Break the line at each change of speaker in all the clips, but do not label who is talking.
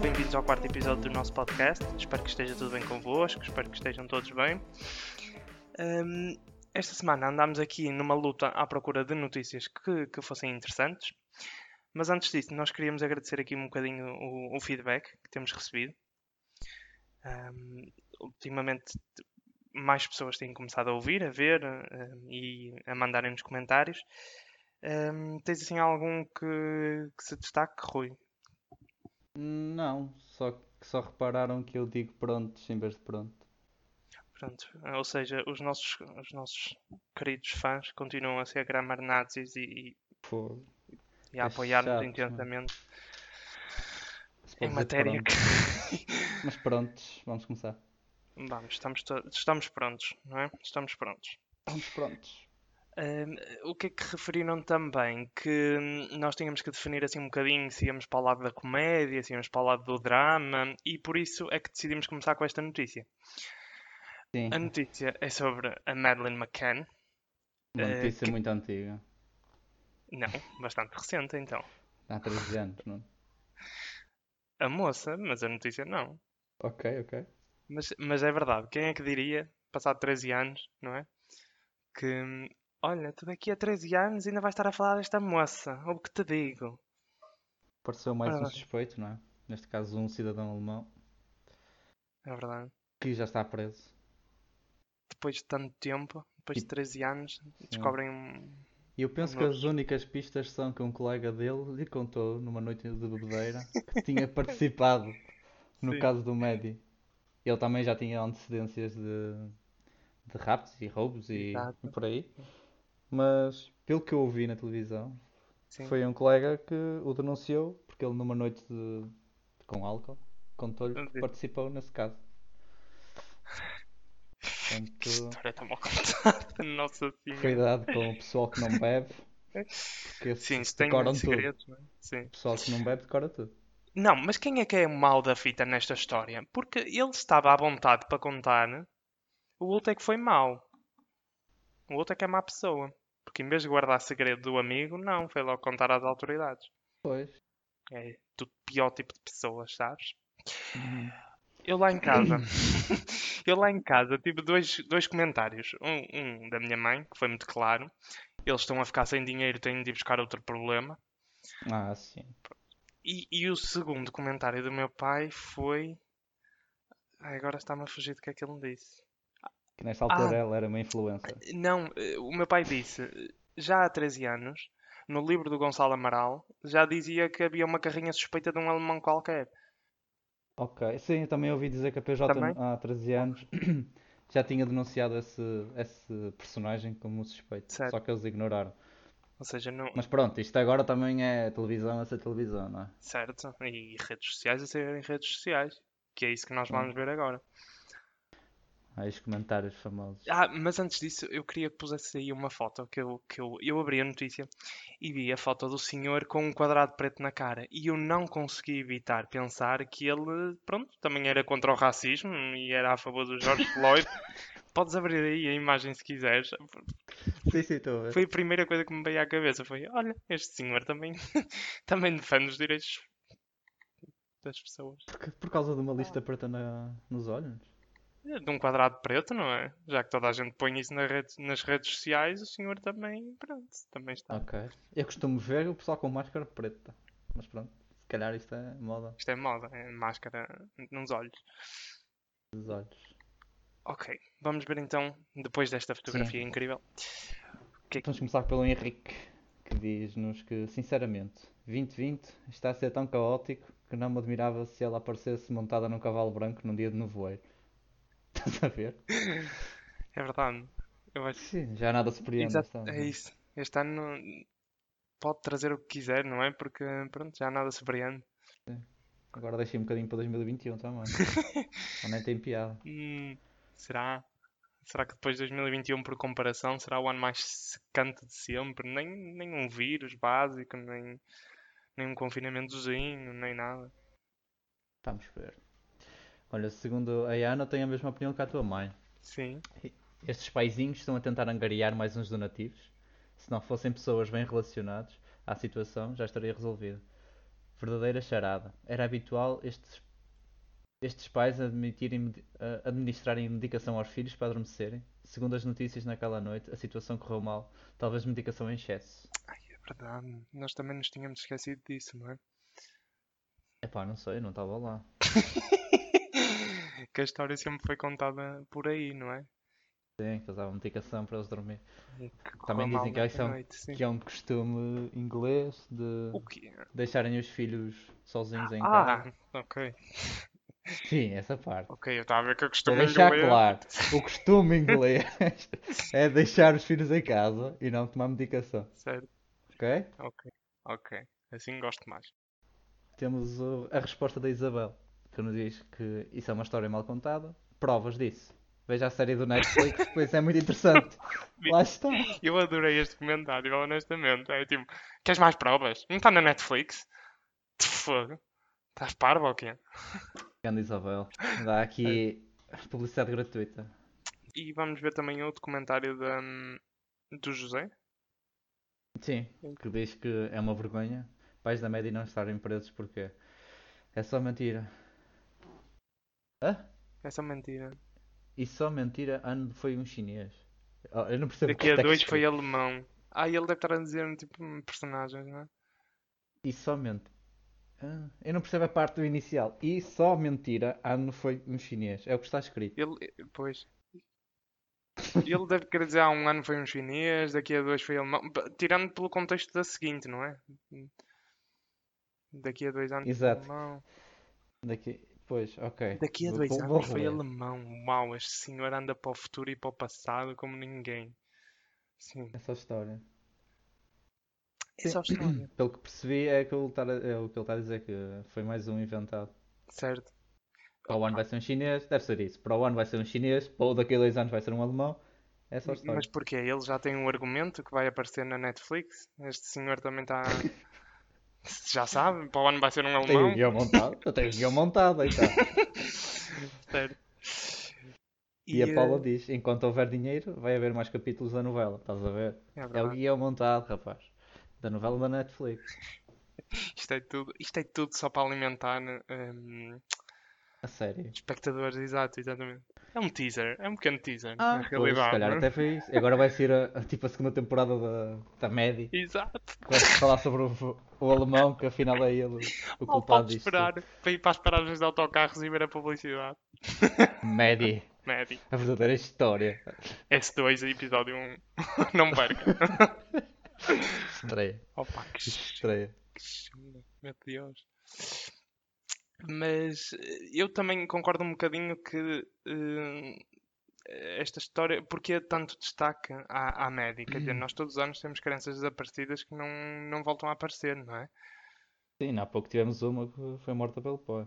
bem-vindos ao quarto episódio do nosso podcast. Espero que esteja tudo bem convosco, espero que estejam todos bem. Hum, esta semana andámos aqui numa luta à procura de notícias que, que fossem interessantes, mas antes disso, nós queríamos agradecer aqui um bocadinho o, o feedback que temos recebido. Hum, ultimamente, mais pessoas têm começado a ouvir, a ver hum, e a mandarem-nos comentários. Hum, tens assim algum que, que se destaque, Rui?
Não, só que só repararam que eu digo prontos em vez de pronto.
Pronto, ou seja, os nossos, os nossos queridos fãs continuam a ser gramar nazis e,
Pô,
e a
É chato, né?
apoiar-nos
mano.
intensamente
se
em
pode dizer
matéria
pronto.
que.
Mas prontos, vamos começar.
Vamos, estamos, to- estamos prontos, não é? Estamos prontos.
Vamos prontos.
Hum, o que é que referiram também? Que hum, nós tínhamos que definir assim um bocadinho se íamos para o lado da comédia, se íamos para o lado do drama, e por isso é que decidimos começar com esta notícia.
Sim,
A notícia é sobre a Madeleine McCann.
uma
eh,
notícia
que-
muito antiga.
Não, bastante recente então.
Há 13 anos, não? é?
A moça, mas a notícia não.
Ok, ok.
Mas, mas é verdade, quem é que diria, passado 13 anos, não é? Que, hum, olha, tu daqui a 13 anos ainda vais estar a falar desta moça, ou o que te digo.
Pareceu mais um
Ora bem.
suspeito, não é? Neste caso, um cidadão alemão
É verdade.
que já está preso.
Depois de tanto tempo, depois de
E- É.
13 anos, descobrem um.
E eu penso que
Nós.
as únicas pistas são que um colega dele lhe contou numa noite de bebedeira que tinha participado no
Sim.
caso do Medi. Ele também já tinha antecedências de, de raptos e roubos e
Exato.
por aí. Mas pelo que eu ouvi na televisão,
Sim,
foi um colega que o denunciou porque ele numa noite de- com álcool contou-lhe que
Entendi.
participou nesse caso.
que
Portanto,
história tão mal contada, nossa senhora.
cuidado com o pessoal que não bebe, porque esses
Sim, isto tem
decoram tudo.
segredos, não é? Sim.
O pessoal que não bebe decora tudo.
Não, mas quem é que é o mau da fita nesta história? Porque ele estava à vontade para contar, o outro é que foi mau. O outro é que é má pessoa. Porque em vez de guardar segredo do amigo, não, foi logo contar às autoridades.
Pois.
É do pior tipo de pessoas, sabes?
Uhum.
Eu lá em casa, eu lá em casa tive dois, dois comentários. Um, um da minha mãe, que foi muito claro. Eles estão a ficar sem dinheiro, têm de ir buscar outro problema.
Ah, sim.
E, e o segundo comentário do meu pai foi. Ai, agora está-me a fugir do que é que ele me disse.
Que nesta altura ela era uma influencer.
Não, eh, o meu pai disse, eh, já há 13 anos, no livro do Gonçalo Amaral, já dizia que havia uma carrinha suspeita de um alemão qualquer.
Ok. Sim, eu também ouvi dizer que a PJ
Também?
há 13 anos já tinha denunciado esse, esse personagem como suspeito.
Certo.
Só que eles ignoraram.
Ou seja, não.
Mas pronto, isto agora também é televisão a ser televisão, não é?
Certo? E redes sociais a serem redes sociais. Que é isso que nós vamos ver agora.
Há os comentários famosos.
Ah, mas antes disso, eu queria que pusesse aí uma foto que eu, que eu, eu abri a notícia e vi a foto do senhor com um quadrado preto na cara. E eu não consegui evitar pensar que ele, pronto, também era contra o racismo e era a favor do George Floyd. Podes abrir aí a imagem se quiseres.
Sim, sim, estou a ver.
Foi a primeira coisa que me veio à cabeça. Foi, olha, este senhor também, também defende os direitos das pessoas.
Por, por causa de uma lista preta na- nos olhos?
De um quadrado preto, não é? Já que toda a gente põe isso na rede- nas redes sociais, o senhor também, pronto, também está.
Ok. Eu costumo ver o pessoal com máscara preta. Mas pronto, se calhar isto é moda
Isto é moda, é máscara nos olhos.
dos olhos.
Ok, vamos ver então, depois desta fotografia incrível.
Vamos começar pelo Henrique, que diz-nos que, sinceramente, 2020 está a ser tão caótico que não me admirava se ela aparecesse montada num cavalo branco num dia de nevoeiro. Estás a ver?
É verdade. Eu acho
Sim, já é nada surpreende.
Exato,
esta-
é isso. Este ano pode trazer o que quiser, não é? Porque pronto, já nada surpreende.
Agora deixei um bocadinho para 2021 também. Já nem tem piada.
Hum, será? Será que depois de 2021, por comparação, será o ano mais secante de sempre? Nem, nem um vírus básico, nem, nem um confinamentozinho, nem nada.
Vamos ver. Olha, segundo a Ana, tem a mesma opinião que a tua mãe.
Sim,
Estes paizinhos estão a tentar angariar mais uns donativos. Se não fossem pessoas bem relacionadas à situação, já estaria resolvido. Verdadeira charada. Era habitual estes estes pais admitirem, a administrarem medicação aos filhos para adormecerem. Segundo as notícias naquela noite, a situação correu mal, talvez medicação em excesso.
Ai, é verdade, nós também nos tínhamos esquecido disso, não é?
Epá, não sei, não estava lá.
que a história sempre foi contada por aí, não é?
Sim, que usavam medicação para eles dormir.
E que correu
Também
mal
dizem que, é-
naquela
que é um-
noite, sim.
que é um costume inglês de
O que é?
deixarem os filhos sozinhos em casa.
Ah, ok.
Sim, essa parte.
Ok, eu estava a ver que eu
Para
costumo
É deixar
inglês.
claro, o costume inglês é deixar os filhos em casa e não tomar medicação,
Certo,
ok?
ok. Ok, assim gosto mais.
Temos o- a resposta da Isabel, que nos diz que isso é uma história mal contada, provas disso. Veja a série do Netflix, pois é muito interessante. Lá está.
Eu adorei este comentário, honestamente. É tipo, queres mais provas? Não está na Netflix? De fogo. Estás parvo ou quê?
Grande Isabel, dá aqui publicidade gratuita.
E vamos ver também outro comentário da, hum, do José.
Sim, que diz que é uma vergonha pais da média não estarem presos porque é só mentira. Hã?
É só mentira.
E só mentira ano foi um chinês. Oh, Eu não percebo o que
Daqui a
está aqui
dois foi
escrito.
alemão. Ah, ele deve estar a dizer tipo um personagem, não é?
E só mentira. Eu não percebo a parte do inicial. E só mentira ano foi um chinês. É o que está escrito.
Ele, eh, pois. Ele deve querer dizer há um ano foi um chinês, daqui a dois foi alemão. P- Tirando pelo contexto da seguinte, não é? Daqui a dois anos
Exato.
foi alemão.
Daqui... Pois, ok.
Daqui a
Vou-
dois
vou- vou
anos foi
reler.
alemão. Uau, este senhor anda para o futuro e para o passado como ninguém. Sim,
Essa história.
é só história.
Pelo que percebi é que ele está a- é o que ele está a dizer que foi mais um inventado.
Certo.
Para o ano vai ser um chinês, deve ser isso. Para o ano vai ser um chinês, para o daqui a dois anos vai ser um alemão. É só história.
Mas porquê? Ele já tem um argumento que vai aparecer na Netflix? Este senhor também está. Já sabe, para o ano vai ser um
Eu tenho o
alemão.
guião montado, eu tenho o guião montado, aí está.
Certo.
E a Paula
eh,
diz: enquanto houver dinheiro, vai haver mais capítulos da novela, estás a ver?
é
É o
verdade.
guião montado, rapaz. Da novela da Netflix.
Isto é tudo, isto é tudo só para alimentar hum,
A sério.
espectadores, exato, exatamente. É um teaser, é um pequeno teaser,
Ah,
na
pois, se
realidade.
calhar
não é?
até foi isso. E Agora vai ser a, a- tipo a segunda temporada da, da Maddie,
Exato,
que vai falar sobre o, o alemão, que afinal é ele o, o
mal
culpado
pode
disto.
esperar para ir para as paragens de autocarros e ver a publicidade.
Maddie,
Médio.
a verdadeira história.
S2, episódio 1. Não perca.
Estreia,
Opa, que ch-
estreia.
que chunga, meu Deus. Mas eh, eu também concordo um bocadinho que eh, esta história, porque é tanto destaque à, à média? Quer dizer, nós todos os anos temos crianças desaparecidas que não, não voltam a aparecer, não é?
Sim, há pouco tivemos uma que foi morta pelo pó.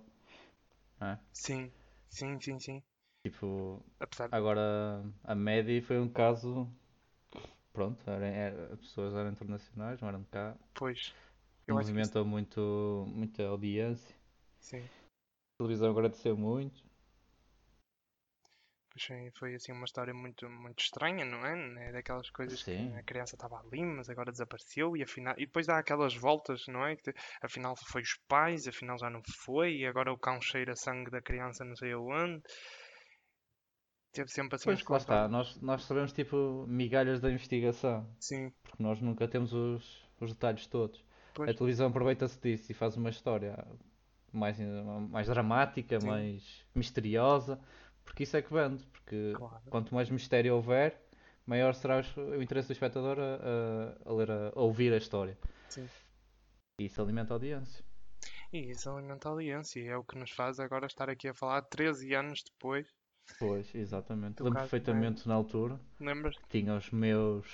Sim, sim, sim, sim.
Tipo,
Apesar de.
agora a Maddie foi um caso. Pronto, era, era- as pessoas eram internacionais, não eram de cá.
Pois. Eu acho que isso-
Movimentou muito, muita audiência.
sim.
A televisão agradeceu muito.
Pois foi, foi assim uma história muito, muito estranha, não é? É daquelas coisas que
Sim.
a criança estava ali, mas agora desapareceu e afinal. E depois dá aquelas voltas, não é? Que, afinal foi os pais, afinal já não foi, e agora o cão cheira sangue da criança não sei aonde. Teve sempre assim
Pois,
uns
lá está,
contornos.
nós, nós sabemos tipo migalhas da investigação,
Sim,
porque nós nunca temos os, os detalhes todos.
Pois.
A televisão aproveita-se disso e faz uma história mais, mais dramática,
Sim.
mais misteriosa, porque isso é que vende, porque
claro.
Quanto mais mistério houver, maior será os- o interesse do espectador a, a- a ler a, a ouvir a história.
Sim.
E isso alimenta a audiência.
E isso alimenta a audiência, e é o que nos faz agora estar aqui a falar 13 anos depois.
Pois, exatamente.
Do
Lembro
caso, não é?
perfeitamente na altura,
Lembras?
tinha os meus.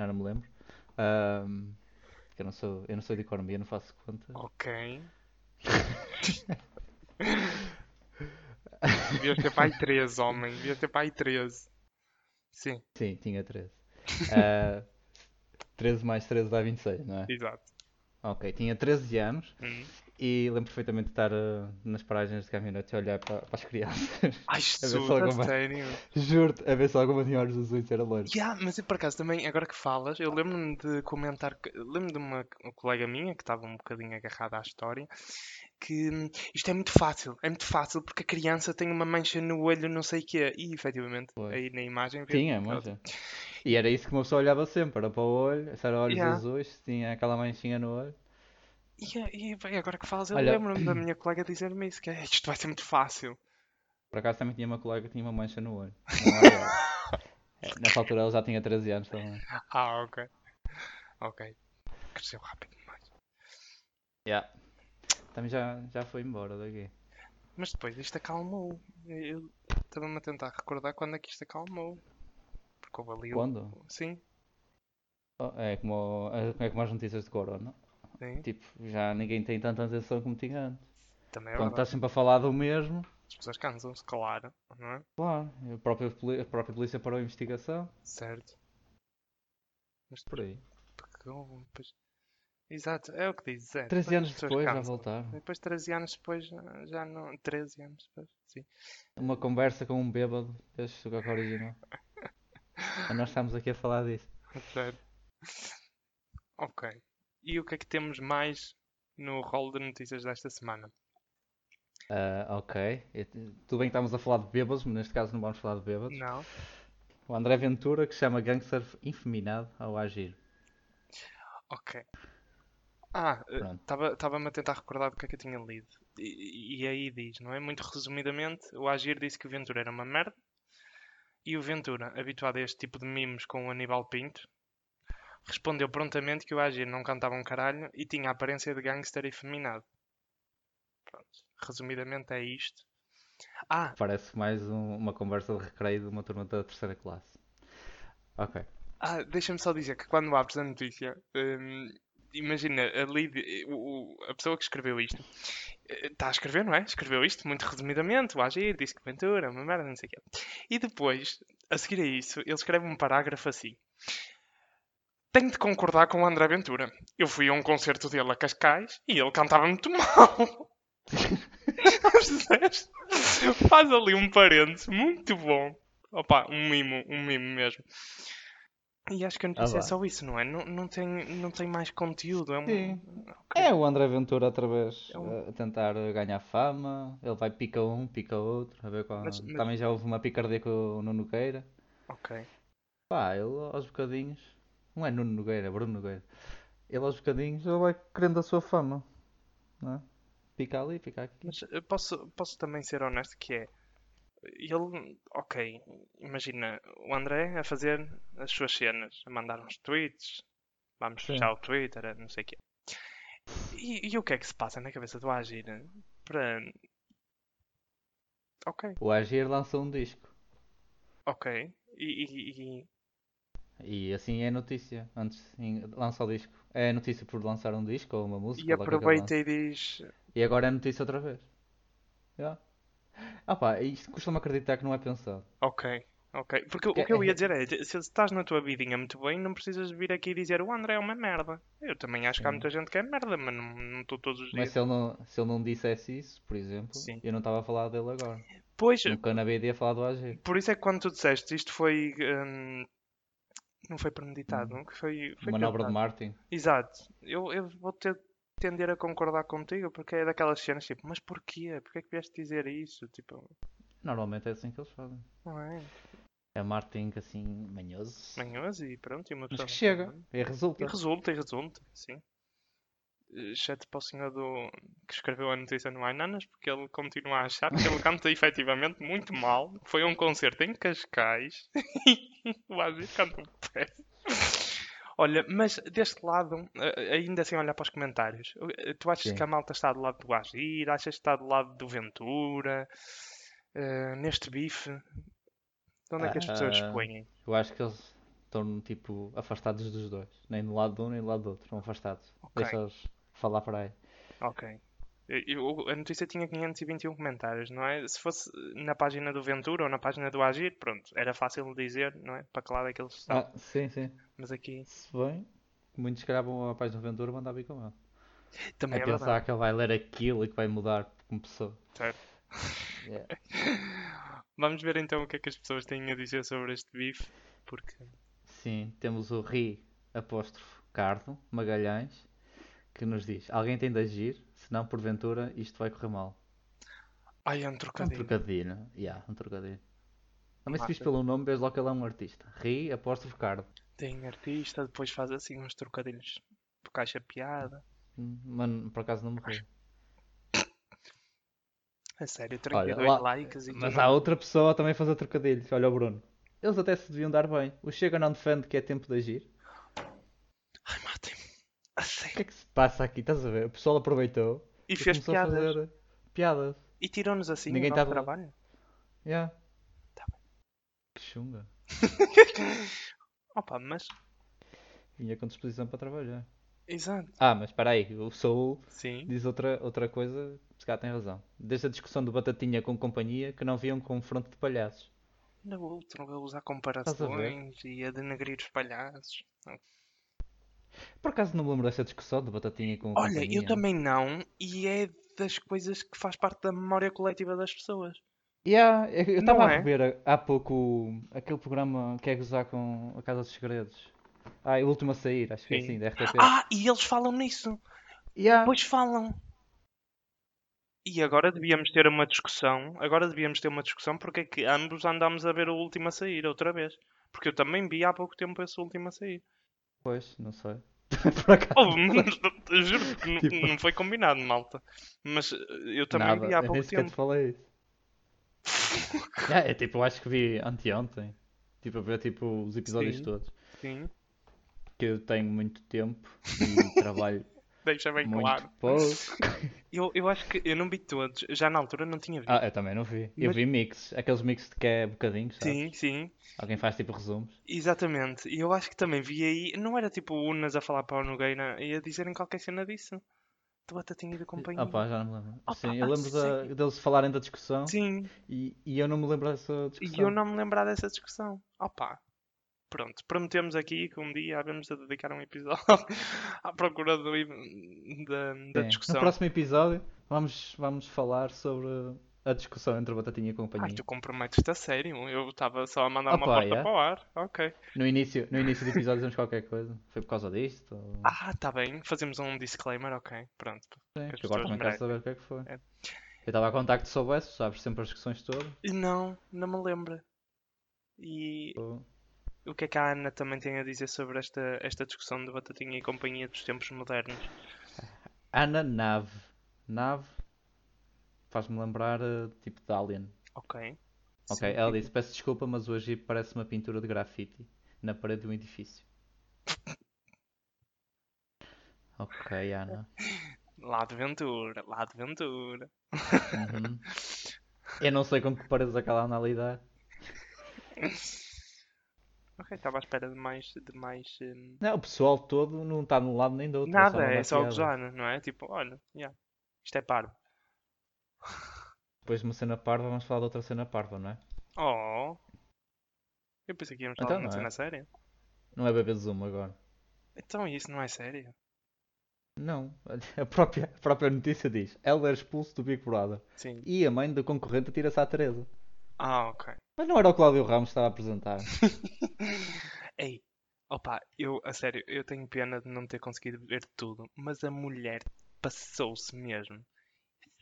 Já não me lembro. Ahm, que eu, não sou, eu não sou de economia, não faço conta.
Ok. Devias ter pai 13, homem. Devias ter pai 13. Sim,
Sim, tinha 13. Ah, 13 mais 13 dá 26, não é?
exato.
Ok, tinha 13 anos
Hum.
e lembro perfeitamente de estar ah, nas paragens de caminhonete a olhar para, para as crianças.
Ai,
ver se
Jesus,
alguma-
a sério.
Juro-te, a ver se alguma tinha olhos azuis era loira.
Yeah, mas eu por acaso também, agora que falas, eu lembro-me de comentar. que- Lembro-me de uma co- colega minha que estava um bocadinho agarrada à história que isto é muito fácil, é muito fácil porque a criança tem uma mancha no olho, não sei o quê, e efetivamente,
Pois. é
aí na imagem vê-
Tinha, mancha. E era isso que uma pessoa olhava sempre, era para o olho, se era olhos
Yeah.
azuis, se tinha aquela manchinha no olho.
E, e bem, agora que falas, eu
Olha-
lembro-me da minha colega dizer-me isso, que é, isto vai ser muito fácil.
Por acaso também tinha uma colega que tinha uma mancha no olho. Não era ela. É, Nessa altura ela já tinha 13 anos também.
Ah, ok. Ok. Cresceu rápido demais.
Yeah. Também já, já foi embora daqui.
Mas depois isto acalmou. Eu estava-me a tentar recordar quando é que isto acalmou. Porque houve ali... o-
Quando?
Sim,
Oh, É como, é como as notícias de corona.
sim.
Tipo, já ninguém tem tanta atenção como tinha antes.
Também é
Quando tá-
verdade.
estás sempre a falar do mesmo,
As pessoas cansam-se, claro. Não é?
claro, a própria, poli- a própria polícia parou a investigação.
Certo. Mas
Por aí.
porque houve... um Depois... Exato, é o que dizes. É.
13
depois
anos
as pessoas
depois já
cansam.
voltaram.
Depois, 13 anos depois, já- já não. 13 anos depois, sim.
Uma conversa com um bêbado, este o que original. Mas nós estamos aqui a falar disso.
Certo. Ok. E o que é que temos mais no rol de notícias desta semana?
Ah, ok. E t- Tudo bem que estamos a falar de bêbados, mas neste caso não vamos falar de bêbados.
Não.
O André Ventura, que chama gangster infeminado ao agir.
Ok. Ah,
Pronto.
estava-me a tentar recordar do que é que eu tinha lido. E, e aí diz, não é? Muito resumidamente, o Agir disse que o Ventura era uma merda. E o Ventura, habituado a este tipo de mimos com o Aníbal Pinto, respondeu prontamente que o Agir não cantava um caralho e tinha a aparência de gangster efeminado. Pronto. Resumidamente é isto. Ah,
Parece mais um- uma conversa de recreio de uma turma da terceira classe. Ok.
Ah, deixa-me só dizer que quando abres a notícia, hum, imagina, a, lead, o- o- a pessoa que escreveu isto está a escrever, não é? Escreveu isto muito resumidamente, o Agir disse que Ventura, uma merda, não sei o quê. E depois, a seguir a isso, ele escreve um parágrafo assim. Tenho de concordar com o André Ventura. Eu fui a um concerto dele a Cascais e ele cantava muito mal. Percebes? Faz ali um parênteses muito bom. Opa, um mimo, um mimo mesmo. E acho que a notícia
Ah
é
lá.
só isso, não é? Não, não, tem, não tem mais conteúdo. É um...
Sim. É o André Ventura outra vez
É um-
a tentar ganhar fama. Ele vai pica um, pica outro. A ver qual...
Mas- mas-
Também já houve uma picardia com o Nuno Nogueira.
Ok.
Pá, ele aos bocadinhos. Não é Nuno Nogueira, é Bruno Nogueira. Ele aos bocadinhos ele vai querendo a sua fama. Não é? Pica ali, pica aqui.
Mas eh, posso, posso também ser honesto que é. Ele, ok, imagina o André a fazer as suas cenas, a mandar uns tweets, vamos
Sim.
fechar o Twitter, eh, não sei o quê. E, e o que é que se passa na cabeça do Agir para. Ok,
O Agir lançou um disco.
ok. E, e- e-
E assim é notícia. Antes em- lança o disco. É notícia por lançar um disco ou uma música.
e
ou lá o que é que ele
aproveita e diz.
lança. E agora é notícia outra vez. Já. Ah pá, isto custa-me acreditar que não é pensado.
Ok, ok. Porque o
Que-
que eu ia dizer é: se estás na tua vidinha muito bem, não precisas vir aqui dizer o André é uma merda. Eu também acho que há
Sim.
muita gente que é merda, mas não- não estou todos os dias.
Mas é- se ele não, se ele não dissesse isso, por exemplo,
Sim.
eu não estava a falar dele agora.
Pois,
Nunca na vida ia falar do Agir.
por isso é que quando tu disseste isto foi. hum, não foi premeditado,
Hum.
não? Que foi, foi
Manobra de
pensado.
Martin.
Exato. Eu, eu vou ter, tender a concordar contigo porque é daquelas cenas tipo, mas porquê? Porquê é que vieste dizer isso? Tipo,
Normalmente é assim que eles fazem.
não é?
É marketing assim manhoso.
Manhoso e pronto, e uma
Mas
pessoa
que
vai
chega.
falar.
E resulta.
E resulta, e resulta, sim. Exceto para o senhor do... que escreveu a notícia no Ainanas, porque ele continua a achar que ele canta efetivamente muito mal. Foi a um concerto em Cascais e o Azir canta um péssimo. Olha, mas deste lado, a- ainda sem olhar para os comentários, o- eh, tu achas
Sim.
que a malta está do lado do Agir? Achas que está do lado do Ventura? Eh, neste bife? De onde é que as pessoas se
Ah,
põem?
Eu acho que eles estão tipo afastados dos dois. Nem do lado de um nem do lado do outro. Estão afastados.
Ok.
Deixa-os falar para aí.
Ok. E- e o- a notícia tinha 521 comentários, não é? Se fosse na página do Ventura ou na página do Agir, pronto, era fácil dizer, não é? Para que lado é que eles estão.
Ah, sim, sim.
Mas aqui
Se bem, muitos cravam a página do Ventura e mandar vir com ele.
também
a
é
pensar
verdade.
que ele vai ler aquilo e que vai mudar como pessoa.
Certo.
Yeah.
Vamos ver então o que é que as pessoas têm a dizer sobre este bife, porque
Sim, temos o Ri apóstrofo Cardo Magalhães que nos diz: Alguém tem de agir, senão porventura isto vai correr mal.
Ai, é um trocadilho.
Um trocadilho, yeah, um trocadilho. Também se
Mata.
fiz pelo nome, vês logo que ele é um artista. Ri, aposto Ricardo.
Tem artista, depois faz assim uns trocadilhos porque acha piada.
Hum, Mas por acaso não morreu.
A sério,
Olha,
32
lá-
likes e tu
Mas
não-
há outra pessoa também a fazer trocadilhos. Olha o Bruno. Eles até se deviam dar bem. O Chega não defende que é tempo de agir.
Ai, matem-me. A
O
sério.
que é que se passa aqui? Estás a ver? O pessoal aproveitou
E fez
começou
piadas.
a fazer piadas.
E tirou-nos assim
Ninguém tá
o nosso
tava-
trabalho.
Yeah.
Tá
Que chunga.
Opa, mas.
Vinha com disposição para trabalhar.
Exato.
Ah, mas espera aí. O Saúl
Sim.
diz outra, outra coisa. Se calhar tem razão. Desde a discussão do Batatinha com companhia que não via um confronto de palhaços.
Ainda o outro a usar
a ver?
comparações e a denegrir os palhaços.
Por acaso não me lembro dessa discussão de Batatinha com
Olha,
companhia.
eu também não, e é das coisas que faz parte da memória coletiva das pessoas.
Yeah, eu- eu
Não
estava a
é?
rever a- há pouco o- aquele programa que é gozar com a Casa dos Segredos. Ah, e o último a sair, acho que é
Sim.
assim, da RTP.
Ah, e eles falam nisso.
Yeah.
Pois falam. E agora devíamos ter uma discussão. Agora devíamos ter uma discussão porque é que ambos andámos a ver o último a sair outra vez. Porque eu também vi há pouco tempo esse último a sair.
Pois, não sei. Por acaso.
Oh, mas, juro que n-
Tipo-
não foi combinado, malta. Mas eh, eu também
Nada, é
vi há
eu
pouco
nem sequer te
tempo.
falei isso. Yeah, é tipo, eu acho que vi anteontem. Tipo, a ver tipo, os episódios
Sim.
todos.
Sim,
Que eu tenho muito tempo e trabalho
deixa bem
muito
claro.
pouco.
Eu, eu acho que eu não vi todos. Já na altura não tinha visto.
Ah, eu também não vi. Eu
Mas-
vi mix, aqueles mix de que é bocadinho, sabe?
sim, sim.
Alguém faz tipo resumos.
Exatamente, e eu acho que também vi aí, não era tipo o Unas a falar para o Nogueira e a dizerem qualquer cena disso. Tu até tinha ido acompanhar.
Ah pá, já não me lembro.
Opa,
Sim, eu
ah,
lembro da- deles falarem da discussão
Sim,
e, e eu não me lembro dessa
e
discussão.
eu não me lembrar dessa discussão. Opa, pronto, prometemos aqui que um dia havemos de dedicar um episódio à procura do, i- da, da
Sim.
discussão.
É, No próximo episódio vamos, vamos falar sobre a discussão entre a Batatinha e a
Ai,
companhia.
tu comprometes-te a sério, eu estava só a mandar uma
Opa,
porta
yeah.
para o ar, ok.
No início, no início do episódio dizemos qualquer coisa. Foi por causa disto? Ou...
Ah, tá bem, fazemos um disclaimer, ok, pronto.
Sim,
as
que
pessoas
agora também quero
merecem.
saber o que é que foi.
É.
Eu estava a contar que tu soubesse, sabes sempre as discussões todas.
E não, não me lembro. E
Ou-
O que é que a Ana também tem a dizer sobre esta, esta discussão de Batatinha e companhia dos tempos modernos?
Ana Nave. Nave faz-me lembrar eh, tipo de Alien.
Ok.
Ok,
Sim,
ela
tipo,
disse: Peço desculpa, mas hoje parece uma pintura de grafite na parede de um edifício. Ok, Ana.
Lá de Ventura, lá de Ventura.
Uhum. Eu não sei com que paredes aquela Ana a lidar.
Ok, estava à espera de mais. De mais hum,
Não, o pessoal todo não está de um lado nem do outro.
Nada,
mandar
é só
piadas.
gozar, não é? Tipo, olha, yeah, isto é parvo.
Depois de uma cena parva, vamos falar de outra cena parva, não é?
Oh! Eu pensei que íamos falar
Então
de uma
não é.
cena séria.
Não é bebê zoom agora.
Então isso não é sério.
Não, olha, a própria, a própria notícia diz: Ela é expulso do Big Brother
Sim.
e a mãe do concorrente atira-se à Teresa.
Ah, ok.
Mas não era o Cláudio Ramos que estava a apresentar.
Ei, opa, eu, a sério, eu tenho pena de não ter conseguido ver tudo, mas a mulher passou-se mesmo.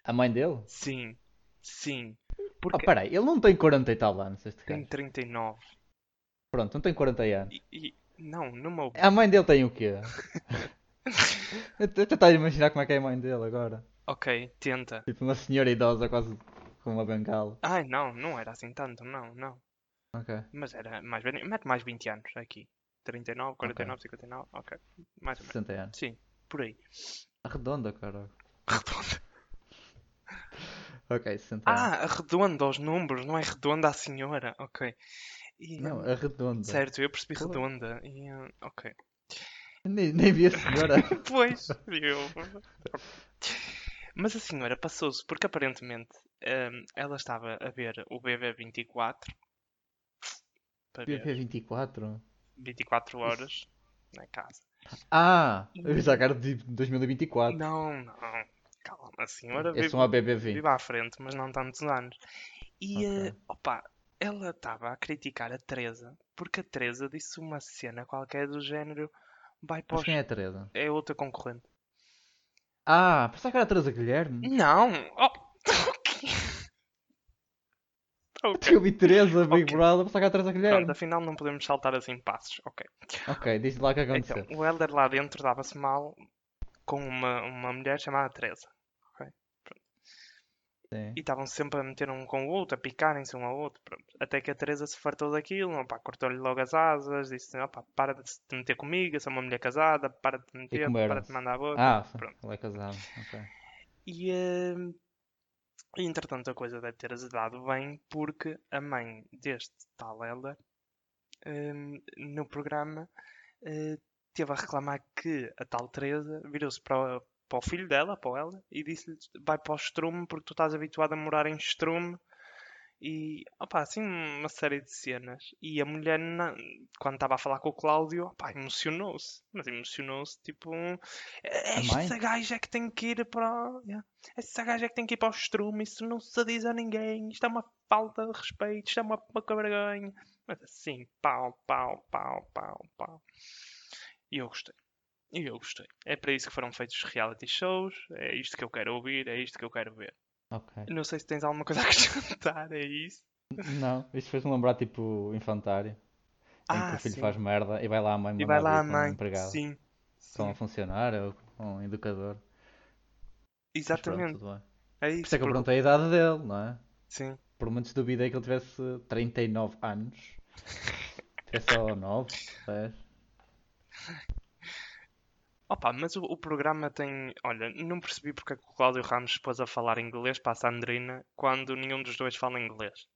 A mãe dele?
Sim, sim.
Oh,
Porque
peraí, ele não tem 40 e tal anos, este
Tem
gajo.
39.
Pronto, não tem 40 anos.
E, e- não, numa.
A mãe dele tem o quê? Eu estou a tentar imaginar como é que é a mãe dele agora.
Ok, tenta.
Tipo, uma senhora idosa quase com uma bengala.
Ai, não, não era assim tanto, não, não.
Ok.
Mas era mais velho. Mete mais 20 anos aqui. 39, 49, 59, ok. Mais ou menos.
60 anos.
Sim, por aí.
Arredonda, caralho.
Redonda.
Ok, 60 anos.
Ah, arredonda aos números, não é redonda à senhora. Ok. E,
Não,
hum,
arredonda.
certo, eu percebi
Claro.
redonda. E, hum, ok.
Nem, nem vi a senhora.
Pois, eu. Mas a senhora passou-se porque aparentemente hum, ela estava a ver o BB24 para ver
BP24.
24 horas na casa.
Ah! Eu já quero de 2024.
Não, não, calma, a senhora
Eu
vive,
sou um a BB20.
vive à frente, mas não tantos anos. E,
Ok.
eh, opa, ela estava a criticar a Teresa porque a Teresa disse uma cena qualquer do género vai para
Mas
os...
quem é a Teresa?
É outra concorrente.
Ah, pensava que era a Teresa Guilherme.
Não! Oh! Ok! Ok.
Eu vi Teresa, Big
Ok.
Brother, pensava que era a Teresa
Pronto,
Guilherme.
afinal não podemos saltar assim passos. Ok.
Ok, diz lá o que aconteceu.
Então, o Helder lá dentro dava-se mal com uma, uma mulher chamada Teresa.
Sim.
Então, E estavam sempre a meter um com o outro, a picarem-se um ao outro. Pronto. Até que a Teresa se fartou daquilo, opá, cortou-lhe logo as asas, disse: opá, para de te meter comigo, eu sou uma mulher casada, para de te meter, para de
comeram-se.
te mandar a boca.
Ah, sim,
pronto.
ela é casada. Ok.
E, hum, e, entretanto a coisa deve ter ajudado bem porque a mãe deste tal Helder hum, no programa eh, teve a reclamar que a tal Teresa virou-se para, o- para o filho dela, para o Helder, e disse-lhe vai para o Estrume porque tu estás habituado a morar em Estrume e opá, assim uma série de cenas. E a mulher, na- quando estava a falar com o Cláudio, opá, emocionou-se, mas emocionou-se tipo
A mãe?
esta gaja é que tem que ir para. Yeah. Esta gaja é que tem que ir para o estrume, isso não se diz a ninguém, isto é uma falta de respeito, isto é uma, uma vergonha. Mas assim, pau, pau, pau, pau, pau. E eu gostei. E eu gostei. É para isso que foram feitos os reality shows, é isto que eu quero ouvir, é isto que eu quero ver.
Ok.
Não sei se tens alguma coisa a acrescentar, é isso?
Não, isto fez-me lembrar tipo infantário, em que
Ah,
o filho
sim.
faz merda e vai lá a mãe
E
mandar
vai lá a
vir com um
mãe.
empregado,
Sim.
com um
sim.
funcionário ou com um educador. Mas pronto,
Exatamente.
tudo bem.
É
Por isso
isso.
é que eu
porque-
perguntei a idade dele, não é?
Sim.
Por muitos duvidei que ele tivesse 39 anos. Tivesse só 9, 10.
Opa, mas o, o programa tem. Olha, não percebi porque é que o Cláudio Ramos se pôs a falar inglês para a Sandrina quando nenhum dos dois fala inglês.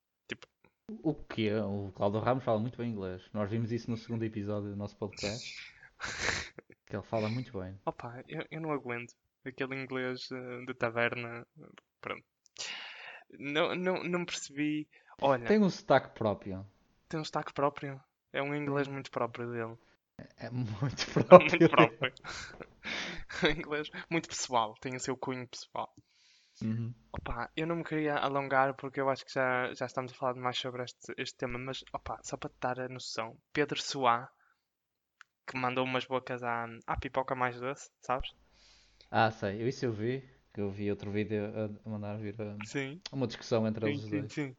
O quê? O Cláudio Ramos fala muito bem inglês. Nós vimos isso no segundo episódio do nosso podcast. Que ele fala muito bem.
Opa, eu, eu não aguento. Aquele inglês eh, de taverna. Pronto. Não, não, não percebi. Olha, tem...
Tem um sotaque próprio.
um sotaque próprio. É um inglês muito próprio dele.
É muito
Muito
próprio.
próprio. Um inglês muito pessoal. Tem o seu cunho pessoal.
Uhum.
Opa, eu não me queria alongar porque eu acho que já, já estamos a falar demais sobre este, este tema, mas opa, só para te dar a noção, Pedro Soá, que mandou umas bocas à, à pipoca mais doce, sabes?
Ah, sei. Eu- Isso eu vi. Que eu vi outro vídeo a- a mandar vir ah,
Sim,
uma discussão entre
sim,
eles
sim,
dois.
sim.